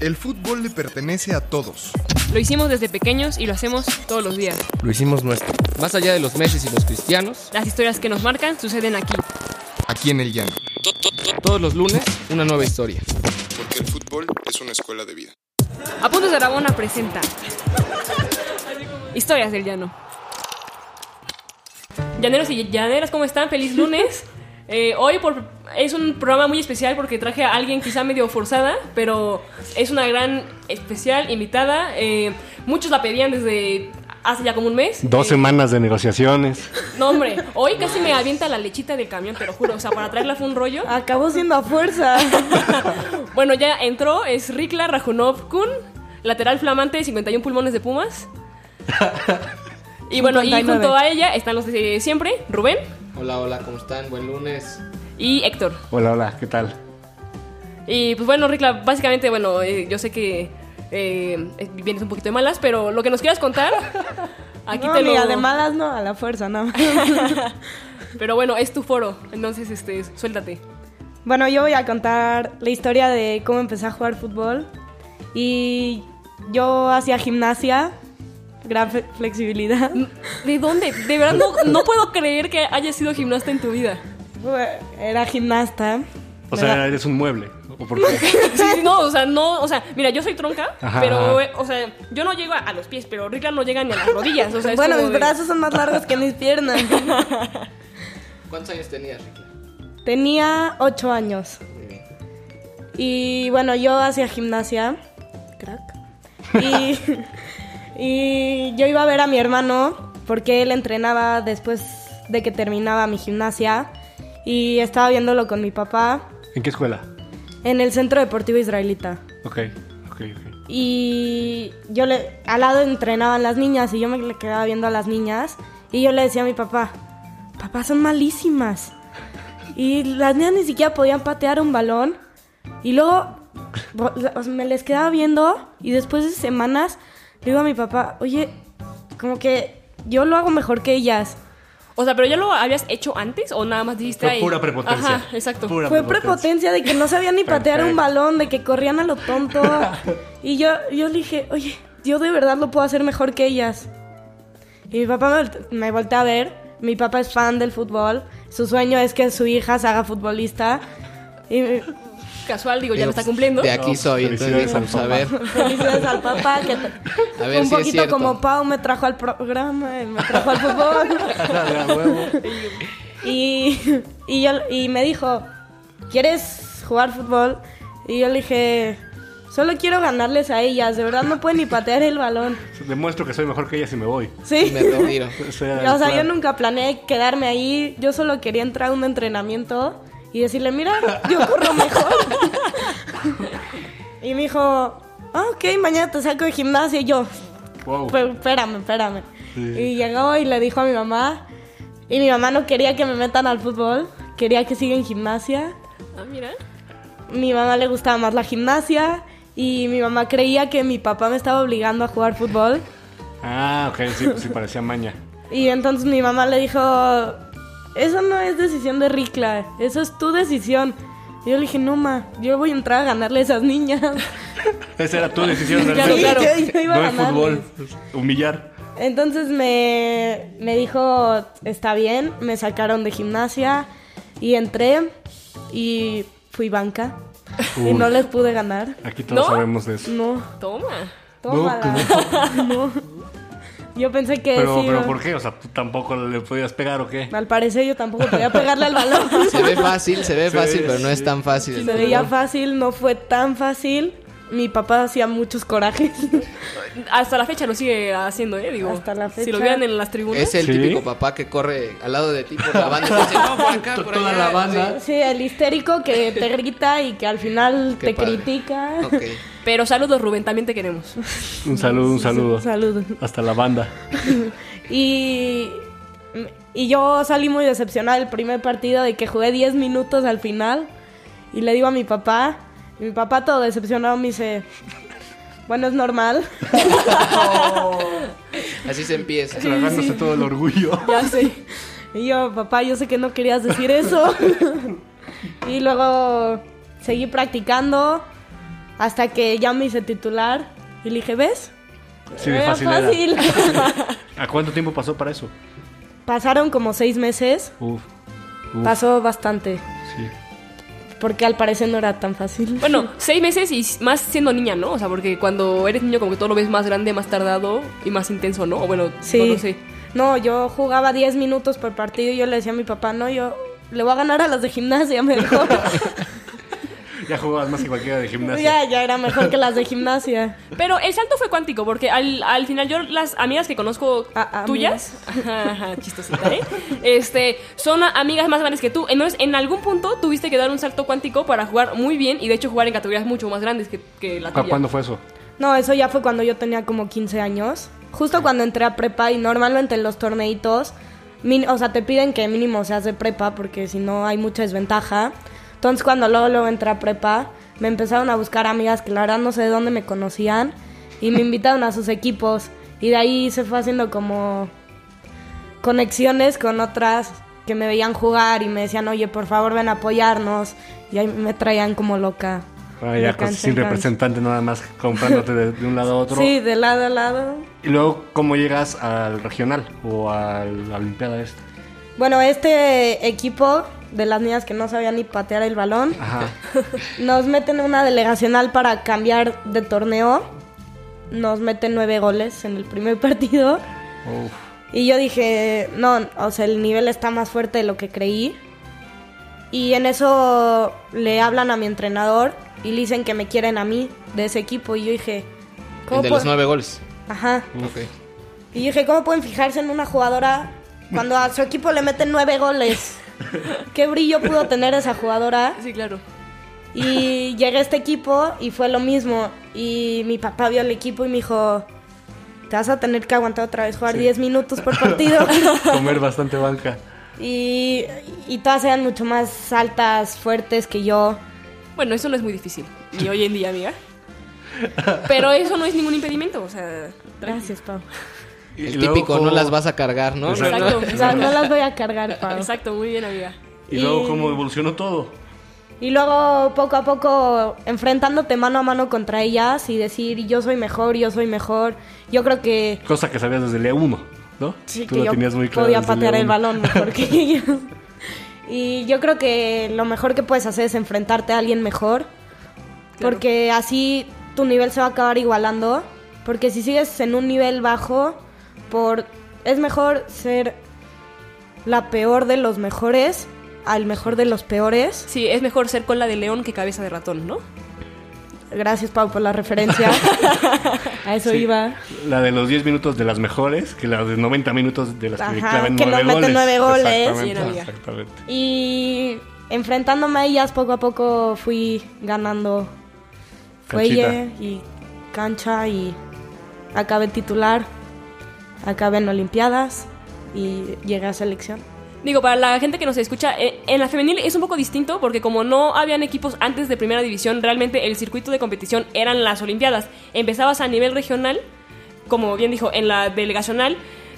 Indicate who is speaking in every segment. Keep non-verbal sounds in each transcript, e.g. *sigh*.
Speaker 1: El fútbol le pertenece a todos.
Speaker 2: Lo hicimos desde pequeños y lo hacemos todos los días.
Speaker 3: Lo hicimos nuestro.
Speaker 4: Más allá de los meses y los cristianos,
Speaker 2: Las historias que nos marcan suceden aquí.
Speaker 1: Aquí en el llano.
Speaker 4: todos los lunes, una nueva historia.
Speaker 1: Porque el fútbol es una escuela de vida.
Speaker 2: Apuntes de Aragona presenta Historias del Llano. Llaneros y llaneras, ¿cómo están? Feliz lunes. Eh, hoy por- es un programa muy especial porque traje a alguien quizá medio forzada, pero es una gran especial invitada. Eh, muchos la pedían desde hace ya como un mes.
Speaker 5: Dos
Speaker 2: Eh,
Speaker 5: semanas de negociaciones.
Speaker 2: No, hombre, hoy casi me avienta la lechita del camión, te lo juro. O sea, para traerla fue un rollo.
Speaker 6: Acabó siendo a fuerza.
Speaker 2: Bueno, ya entró, es Rikla Rajunov-kun, lateral flamante de 51 pulmones de Pumas. Y bueno, y
Speaker 6: 59.
Speaker 2: junto a ella están los de siempre, Rubén
Speaker 4: Hola, hola, ¿cómo están? Buen lunes.
Speaker 2: y Héctor.
Speaker 5: Hola, hola, ¿qué tal?
Speaker 2: Y pues bueno, Rikla, básicamente, bueno, eh, yo sé que eh, vienes un poquito de malas, pero lo que nos quieras *laughs* contar, *laughs* aquí
Speaker 6: no,
Speaker 2: te lo...
Speaker 6: mira, de malas no, a la fuerza, no. *laughs*
Speaker 2: Pero bueno, es tu foro, entonces este, suéltate.
Speaker 6: bueno, yo voy a contar la historia de cómo empecé a jugar fútbol. Y yo hacía gimnasia, gran fe- flexibilidad.
Speaker 2: Mm. ¿De dónde? De verdad, no, no puedo creer que hayas sido gimnasta en tu vida.
Speaker 6: Era gimnasta.
Speaker 5: O
Speaker 6: ¿verdad?
Speaker 5: sea, eres un mueble. ¿O por qué? *laughs*
Speaker 2: *laughs* Sí, sí, no, o sea, no, o sea, mira, yo soy tronca,
Speaker 5: Ajá,
Speaker 2: pero,
Speaker 5: ajá.
Speaker 2: eh, o sea, yo no llego a, a los pies, pero Rica no llega ni a las rodillas, o sea, es
Speaker 6: bueno,
Speaker 2: como
Speaker 6: mis
Speaker 2: de-
Speaker 6: brazos son más largos que mis piernas.
Speaker 4: *laughs* ¿Cuántos años tenías, Ricla?
Speaker 6: Tenía ocho años.
Speaker 4: Muy bien.
Speaker 6: Y bueno, yo hacía gimnasia. Crack.
Speaker 4: *laughs*
Speaker 6: Y, y yo iba a ver a mi hermano porque él entrenaba después de que terminaba mi gimnasia. Y estaba viéndolo con mi papá
Speaker 5: ¿En qué escuela?
Speaker 6: en el Centro Deportivo Israelita.
Speaker 5: Ok, ok, ok.
Speaker 6: Y yo le, al lado entrenaban las niñas y yo me le quedaba viendo a las niñas. Y yo le decía a mi papá, papá, son malísimas. Y las niñas ni siquiera podían patear un balón. Y luego bo- la- o sea, me les quedaba viendo y después de semanas le digo a mi papá, oye, como que yo lo hago mejor que ellas.
Speaker 2: O sea, pero ya lo habías hecho antes o nada más dijiste
Speaker 5: Fue
Speaker 2: ahí.
Speaker 5: pura prepotencia.
Speaker 2: Ajá, exacto.
Speaker 5: Pura
Speaker 6: Fue prepotencia de que no sabían ni patear
Speaker 5: Perfecto.
Speaker 6: un balón, de que corrían a lo tonto. Y yo, yo le dije, oye, yo de verdad lo puedo hacer mejor que ellas. Y mi papá me, volte- me voltea a ver. Mi papá es fan del fútbol. Su sueño es que su hija se haga futbolista. Y
Speaker 2: Casual, digo, ya lo
Speaker 4: Digo,
Speaker 2: está cumpliendo.
Speaker 4: De aquí
Speaker 5: No,
Speaker 4: soy, entonces
Speaker 5: felicidades al
Speaker 4: vamos a ver.
Speaker 6: felicidades al papá, que t-
Speaker 4: A ver
Speaker 6: un
Speaker 4: si es
Speaker 6: poquito
Speaker 4: cierto.
Speaker 6: como Pau me trajo al programa, él me trajo al fútbol.
Speaker 4: *laughs*
Speaker 6: Y, y, yo, y me dijo, ¿quieres jugar fútbol? Y yo le dije, solo quiero ganarles a ellas, de verdad no pueden ni patear el balón.
Speaker 5: Demuestro que soy mejor que ellas y me voy.
Speaker 6: Sí.
Speaker 4: Me retiro.
Speaker 5: O sea,
Speaker 6: O sea, yo
Speaker 5: claro.
Speaker 6: nunca planeé quedarme ahí, yo solo quería entrar a un entrenamiento y decirle, mira, yo corro mejor. *laughs* y me dijo, "Ah, ok, mañana te saco de gimnasia y yo,
Speaker 5: Wow.
Speaker 6: pero espérame, espérame.
Speaker 5: Oh. Sí.
Speaker 6: Y llegó y le dijo a mi mamá. Y mi mamá no quería que me metan al fútbol, quería que siga en gimnasia.
Speaker 2: Ah, mira.
Speaker 6: Mi mamá le gustaba más la gimnasia y mi mamá creía que mi papá me estaba obligando a jugar fútbol.
Speaker 5: Ah, ok, sí, sí, parecía maña.
Speaker 6: Y entonces mi mamá le dijo, eso no es decisión de Ricla, eso es tu decisión. Y yo le dije, no, ma, yo voy a entrar a ganarle a esas niñas. *laughs*
Speaker 5: Esa era tu decisión
Speaker 2: Claro,
Speaker 5: realmente.
Speaker 2: claro.
Speaker 6: Yo- yo iba a
Speaker 5: no el
Speaker 6: ganarles.
Speaker 5: fútbol. Humillar.
Speaker 6: Entonces me, me dijo, está bien, me sacaron de gimnasia y entré y fui banca y
Speaker 5: Uy.
Speaker 6: no les pude ganar.
Speaker 5: Aquí todos
Speaker 2: ¿No?
Speaker 5: sabemos de eso.
Speaker 6: No,
Speaker 2: Toma.
Speaker 6: tómala. *laughs* No. Yo pensé que
Speaker 5: Pero,
Speaker 6: sí,
Speaker 5: pero
Speaker 6: ¿no?
Speaker 5: ¿por qué? O sea, ¿tú tampoco le podías pegar o qué?
Speaker 6: Al parecer yo tampoco podía pegarle
Speaker 5: *laughs*
Speaker 6: al balón.
Speaker 4: Se ve fácil, se ve
Speaker 5: Se
Speaker 4: fácil,
Speaker 5: ve,
Speaker 4: pero no es
Speaker 5: sí.
Speaker 4: tan fácil.
Speaker 6: Se veía fácil, no fue tan fácil. Mi papá hacía
Speaker 4: *laughs*
Speaker 6: muchos corajes.
Speaker 2: Hasta la fecha lo sigue haciendo, ¿eh? Digo,
Speaker 6: Hasta la
Speaker 2: Si
Speaker 6: fecha.
Speaker 2: lo vieran en las tribunas.
Speaker 4: Es el
Speaker 5: Sí.
Speaker 4: típico papá que corre al lado de ti por la banda. y te dice, "No, por acá, por
Speaker 5: Toda
Speaker 4: allá".
Speaker 5: la banda.
Speaker 6: Sí, el histérico que te grita y que al final
Speaker 4: Qué
Speaker 6: te
Speaker 4: padre.
Speaker 6: critica.
Speaker 4: Sí. Ok.
Speaker 2: Pero saludos, Rubén, también te
Speaker 6: *laughs*
Speaker 2: queremos.
Speaker 5: Un saludo, un saludo.
Speaker 6: Saludos.
Speaker 5: Hasta la banda.
Speaker 6: Y, y yo salí muy decepcionada del primer partido de que jugué 10 minutos al final. Y le digo a mi papá, y mi papá todo decepcionado me dice, bueno, es normal.
Speaker 4: Así se empieza.
Speaker 5: Tragándose todo el orgullo.
Speaker 6: Ya sé. Y yo, papá, yo sé que no querías decir eso. y luego seguí practicando Hasta que ya me hice titular y le dije, ¿ves?
Speaker 5: Sí, de
Speaker 6: Era
Speaker 5: fácil, era.
Speaker 6: fácil. *laughs*
Speaker 5: ¿A cuánto tiempo pasó para eso?
Speaker 6: Pasaron como seis meses.
Speaker 5: Uf. uf,
Speaker 6: Pasó bastante.
Speaker 5: Sí.
Speaker 6: Porque al parecer no era tan fácil.
Speaker 2: Bueno, seis meses y s- más siendo niña, ¿no? O sea, porque cuando eres niño como que todo lo ves más grande, más tardado y más intenso, ¿no? O bueno,
Speaker 6: sí.
Speaker 2: no lo sé.
Speaker 6: No, yo jugaba 10 minutos por partido y yo le decía a mi papá, no, yo le voy a ganar a las de gimnasia mejor.
Speaker 5: Ya jugabas más que cualquiera de *laughs* gimnasia.
Speaker 6: ya, ya era mejor que las de gimnasia.
Speaker 2: Pero el salto fue cuántico, porque al, al final yo las amigas que conozco
Speaker 6: A-
Speaker 2: tuyas, *laughs* ajá, chistosita, ¿eh? este, son a- amigas más grandes que tú. Entonces, en algún punto tuviste que dar un salto cuántico para jugar muy bien y de hecho jugar en categorías mucho más grandes que, que la
Speaker 5: ¿Cu-
Speaker 2: tuya.
Speaker 5: ¿Cuándo fue eso?
Speaker 6: No, eso ya fue cuando yo tenía como 15 años. Justo cuando entré a prepa y normalmente en los torneitos, min- o sea, te piden que mínimo seas de prepa porque si no hay mucha desventaja. Entonces cuando luego, luego entré a prepa, me empezaron a buscar amigas que la verdad no sé de dónde me conocían
Speaker 5: *laughs*
Speaker 6: y me invitaron a sus equipos. Y de ahí se fue haciendo como conexiones con otras que me veían jugar y me decían, oye, por favor ven a apoyarnos. Y ahí me traían como loca.
Speaker 5: Ah,
Speaker 6: De
Speaker 5: ya, con-
Speaker 6: cancha en
Speaker 5: sin
Speaker 6: cancha.
Speaker 5: representante, nada más comprándote de, de un lado a otro.
Speaker 6: Sí, de lado a lado.
Speaker 5: Y luego, ¿cómo llegas al regional o a la Olimpiada esta?
Speaker 6: Bueno, este equipo de las niñas que no sabían ni patear
Speaker 4: *laughs*
Speaker 6: el balón, *laughs*
Speaker 5: Ajá.
Speaker 6: nos meten una delegacional para cambiar de torneo. Nos meten nueve goles en el primer *laughs* partido.
Speaker 5: Uf.
Speaker 6: Y yo dije, no, o sea, el nivel está más fuerte de lo que creí. Y en eso le hablan a mi entrenador y le dicen que me quieren a mí de ese equipo. Y yo dije,
Speaker 4: El de los
Speaker 6: puedo-
Speaker 4: nueve goles.
Speaker 6: Ajá.
Speaker 4: Ok.
Speaker 6: Y yo dije, ¿cómo pueden fijarse en una jugadora cuando a su equipo le meten
Speaker 5: *laughs*
Speaker 6: nueve goles? ¿Qué brillo pudo tener esa jugadora?
Speaker 2: Sí, claro.
Speaker 6: Y llegué a este equipo y fue lo mismo. Y mi papá vio el equipo y me dijo, te vas a tener que aguantar otra vez jugar 10 minutos
Speaker 5: *laughs*
Speaker 6: por partido.
Speaker 5: Comer bastante banca.
Speaker 6: y, y todas eran mucho más altas, fuertes que yo.
Speaker 2: Bueno, eso no es muy difícil, ni hoy en día, amiga. Pero eso no es ningún impedimento, o sea,
Speaker 6: Gracias, Pau.
Speaker 5: Y
Speaker 4: El
Speaker 5: luego,
Speaker 4: típico, no
Speaker 5: ¿cómo-
Speaker 4: las vas a cargar, ¿no?
Speaker 2: Exacto.
Speaker 6: O sea, no las voy a cargar, Pau.
Speaker 2: exacto, muy bien, amiga.
Speaker 5: Y luego, ¿cómo evolucionó todo?
Speaker 6: Y luego poco a poco enfrentándote mano a mano contra ellas y decir yo soy mejor, yo soy mejor. Yo creo que
Speaker 5: Cosa que sabías desde el día 1, ¿no?
Speaker 6: sí
Speaker 5: Tú
Speaker 6: que
Speaker 5: lo
Speaker 6: yo
Speaker 5: tenías muy claro
Speaker 6: podía
Speaker 5: desde
Speaker 6: patear
Speaker 5: día
Speaker 6: el
Speaker 5: uno.
Speaker 6: balón
Speaker 5: *laughs*
Speaker 6: mejor que ellas. Y yo creo que lo mejor que puedes hacer es enfrentarte a alguien mejor.
Speaker 2: Claro.
Speaker 6: Porque así tu nivel se va a acabar igualando. Porque si sigues en un nivel bajo, por es mejor ser la peor de los mejores al mejor de los peores.
Speaker 2: Sí, es mejor ser cola de león que cabeza de ratón, ¿no?
Speaker 6: Gracias, Pau, por
Speaker 2: *laughs*
Speaker 6: la referencia. A eso
Speaker 5: Sí.
Speaker 6: iba.
Speaker 5: La de los 10 minutos de las mejores que la de 90 minutos de las que
Speaker 6: Ajá,
Speaker 5: claven
Speaker 6: que
Speaker 5: 9
Speaker 6: nos meten
Speaker 5: goles.
Speaker 6: nueve goles.
Speaker 2: Sí, era
Speaker 5: Exactamente,
Speaker 2: mía.
Speaker 5: exactamente.
Speaker 6: Y enfrentándome a ellas poco a poco fui ganando
Speaker 5: Canchita.
Speaker 6: fuelle y cancha y acabé titular, acabé en Olimpiadas y llegué a selección.
Speaker 2: Digo, para la gente que nos escucha, eh, en la femenil es un poco distinto porque como no habían equipos antes de primera división, realmente el circuito de competición eran las Olimpiadas. Empezabas a nivel regional, como bien dijo, en la delegacional,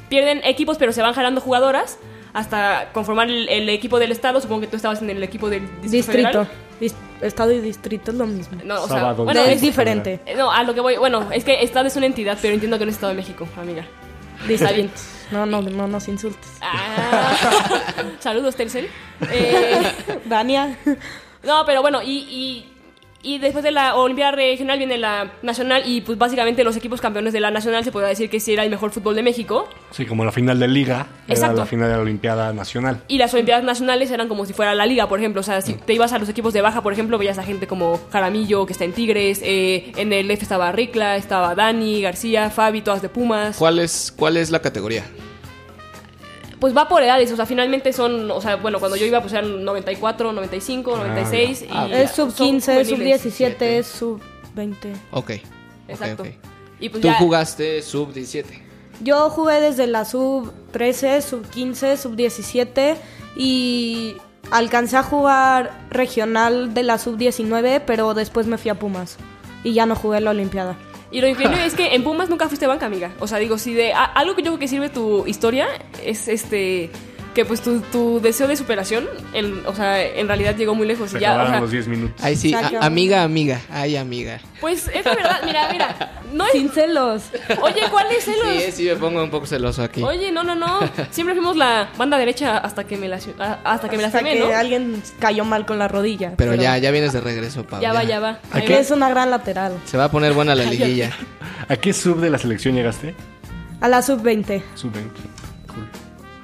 Speaker 2: pierden equipos pero se van jalando jugadoras hasta conformar el, el equipo del estado. Supongo que tú estabas en el equipo del distrito.
Speaker 6: Distrito,
Speaker 2: federal.
Speaker 6: Dis- estado y distrito es lo mismo.
Speaker 2: No, o sea,
Speaker 5: Sábado.
Speaker 2: bueno,
Speaker 6: es
Speaker 2: es-
Speaker 6: diferente.
Speaker 2: eh, no, a lo que voy, bueno, es que estado es una entidad, pero entiendo que no es Estado de México, amiga. Está bien.
Speaker 6: No, no, no nos
Speaker 2: *laughs*
Speaker 6: insultes.
Speaker 2: Ah. Saludos, Telcel. Eh,
Speaker 6: Dania.
Speaker 2: No, pero bueno, y, y- y después de la Olimpiada Regional viene la Nacional y pues básicamente los equipos campeones de la Nacional se podría decir que sí era el mejor fútbol de México
Speaker 5: Sí, como la final de liga, era
Speaker 2: Exacto.
Speaker 5: la final de la Olimpiada Nacional.
Speaker 2: y las Olimpiadas Nacionales eran como si fuera la liga, por ejemplo. O sea, si te ibas a los equipos de baja, por ejemplo, veías a gente como Jaramillo, que está en Tigres, eh, en el F estaba Ricla, estaba Dani, García, Fabi, todas de Pumas.
Speaker 4: ¿Cuál es, ¿Cuál es la categoría?
Speaker 2: Pues va por edades, o sea, finalmente son, o sea, bueno, cuando yo iba pues eran 94, 95,
Speaker 5: Ah,
Speaker 2: 96
Speaker 4: ah,
Speaker 2: y
Speaker 4: ya.
Speaker 6: Es sub
Speaker 2: son
Speaker 6: 15, es sub
Speaker 2: juveniles.
Speaker 6: 17, es sub 20.
Speaker 4: Ok. ok,
Speaker 2: Exacto.
Speaker 4: ok.
Speaker 2: Y pues
Speaker 4: Tú
Speaker 2: ya-
Speaker 4: jugaste sub 17.
Speaker 6: Yo jugué desde la sub 13, sub 15, sub 17 y alcancé a jugar regional de la sub 19, pero después me fui a Pumas y ya no jugué la Olimpiada.
Speaker 2: Y lo increíble es que en Pumas nunca fuiste banca, amiga. O sea, digo, si de a- algo que yo creo que sirve tu historia es este que pues tu, tu deseo de superación, en, o sea, en realidad llegó muy lejos.
Speaker 5: Se
Speaker 2: y ya, o
Speaker 5: acabaron
Speaker 2: sea,
Speaker 5: los 10 minutos.
Speaker 4: Ay, sí, a-
Speaker 6: Exacto.
Speaker 4: amiga, amiga. Ay, amiga.
Speaker 2: pues es la verdad, mira, mira, no es...
Speaker 6: Sin celos.
Speaker 2: Oye, ¿cuál es el...
Speaker 4: Sí, sí, me pongo un poco celoso aquí.
Speaker 2: Oye, no, no, no. Siempre fuimos la banda derecha hasta que me la hasta que me
Speaker 6: Hasta
Speaker 2: lastimé,
Speaker 6: que
Speaker 2: ¿no?
Speaker 6: alguien cayó mal con la rodilla.
Speaker 4: Pero ya, ya vienes de regreso, Pablo.
Speaker 2: Ya va, ya va. Ahí
Speaker 6: Que
Speaker 2: va.
Speaker 6: es una gran lateral.
Speaker 4: Se va a poner buena la liguilla.
Speaker 5: ¿A qué sub de la selección llegaste?
Speaker 6: A la sub-20,
Speaker 5: Sub 20. Cool.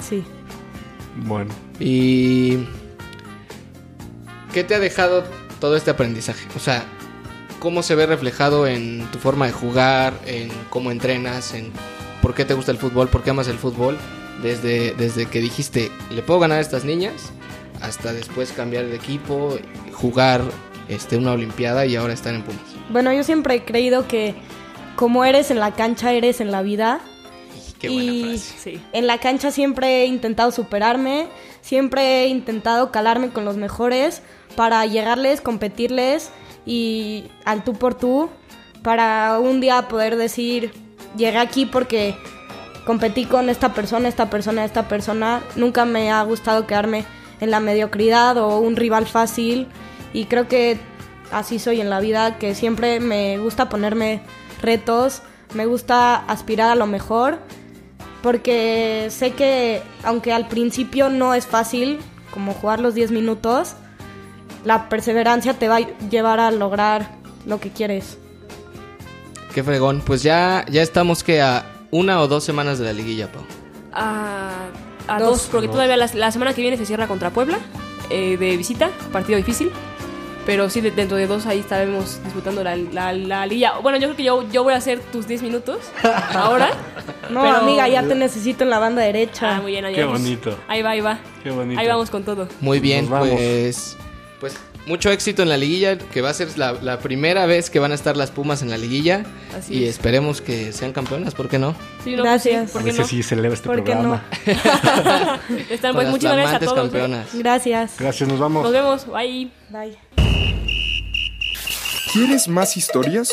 Speaker 6: sí.
Speaker 5: Bueno.
Speaker 4: Y. ¿Qué te ha dejado todo este aprendizaje? O sea, ¿cómo se ve reflejado en tu forma de jugar, en cómo entrenas, en por qué te gusta el fútbol, por qué amas el fútbol? Desde, desde que dijiste, le puedo ganar a estas niñas, hasta después cambiar de equipo, jugar este, una Olimpiada y ahora estar en Pumas.
Speaker 6: Bueno, yo siempre he creído que como eres en la cancha, eres en la vida.
Speaker 4: *laughs* Qué buena
Speaker 6: Y-
Speaker 4: frase.
Speaker 2: Sí.
Speaker 6: En la cancha siempre he intentado superarme, siempre he intentado calarme con los mejores para llegarles, competirles y al tú por tú, para un día poder decir, llegué aquí porque competí con esta persona, esta persona, esta persona. Nunca me ha gustado quedarme en la mediocridad o un rival fácil y creo que así soy en la vida, que siempre me gusta ponerme retos, me gusta aspirar a lo mejor porque sé que aunque al principio no es fácil como jugar los 10 minutos, la perseverancia te va a llevar a lograr lo que quieres.
Speaker 4: Qué fregón. Pues ya, ya estamos que a una o dos semanas de la liguilla, Pau.
Speaker 2: A, a
Speaker 6: Dos.
Speaker 2: dos, porque
Speaker 5: Dos.
Speaker 2: todavía la, la semana que viene se cierra contra Puebla eh, de visita, partido difícil. Pero sí, de- dentro de dos ahí estaremos disputando la, la, la liguilla. Bueno, yo creo que yo, yo voy a hacer tus 10 minutos
Speaker 5: *laughs*
Speaker 6: *laughs*
Speaker 2: ahora.
Speaker 6: No,
Speaker 2: pero-
Speaker 6: amiga, ya te necesito en la banda derecha.
Speaker 2: Ah, muy bien, ahí
Speaker 5: Qué
Speaker 2: vamos.
Speaker 5: bonito.
Speaker 2: Ahí va, ahí va.
Speaker 5: Qué bonito.
Speaker 2: Ahí vamos con todo.
Speaker 4: Muy bien,
Speaker 5: Nos vamos.
Speaker 4: pues. Pues mucho éxito en la liguilla, que va a ser la, la primera vez que van a estar las Pumas en la liguilla.
Speaker 2: Así
Speaker 4: y
Speaker 2: es. pues,
Speaker 4: esperemos que sean campeonas, ¿por qué no?
Speaker 2: Sí, no, sí,
Speaker 6: Gracias.
Speaker 5: A
Speaker 2: ¿por qué
Speaker 5: veces
Speaker 2: no?
Speaker 5: sí se eleva este
Speaker 6: ¿Por qué no?
Speaker 5: programa.
Speaker 2: Están,
Speaker 4: Con
Speaker 2: pues
Speaker 4: las
Speaker 2: muchas gracias a
Speaker 4: flamantes
Speaker 2: todos. ¿eh?
Speaker 4: campeonas.
Speaker 6: Gracias.
Speaker 5: Gracias, nos vamos.
Speaker 2: Nos vemos. Bye.
Speaker 6: Bye.
Speaker 1: ¿Quieres más historias?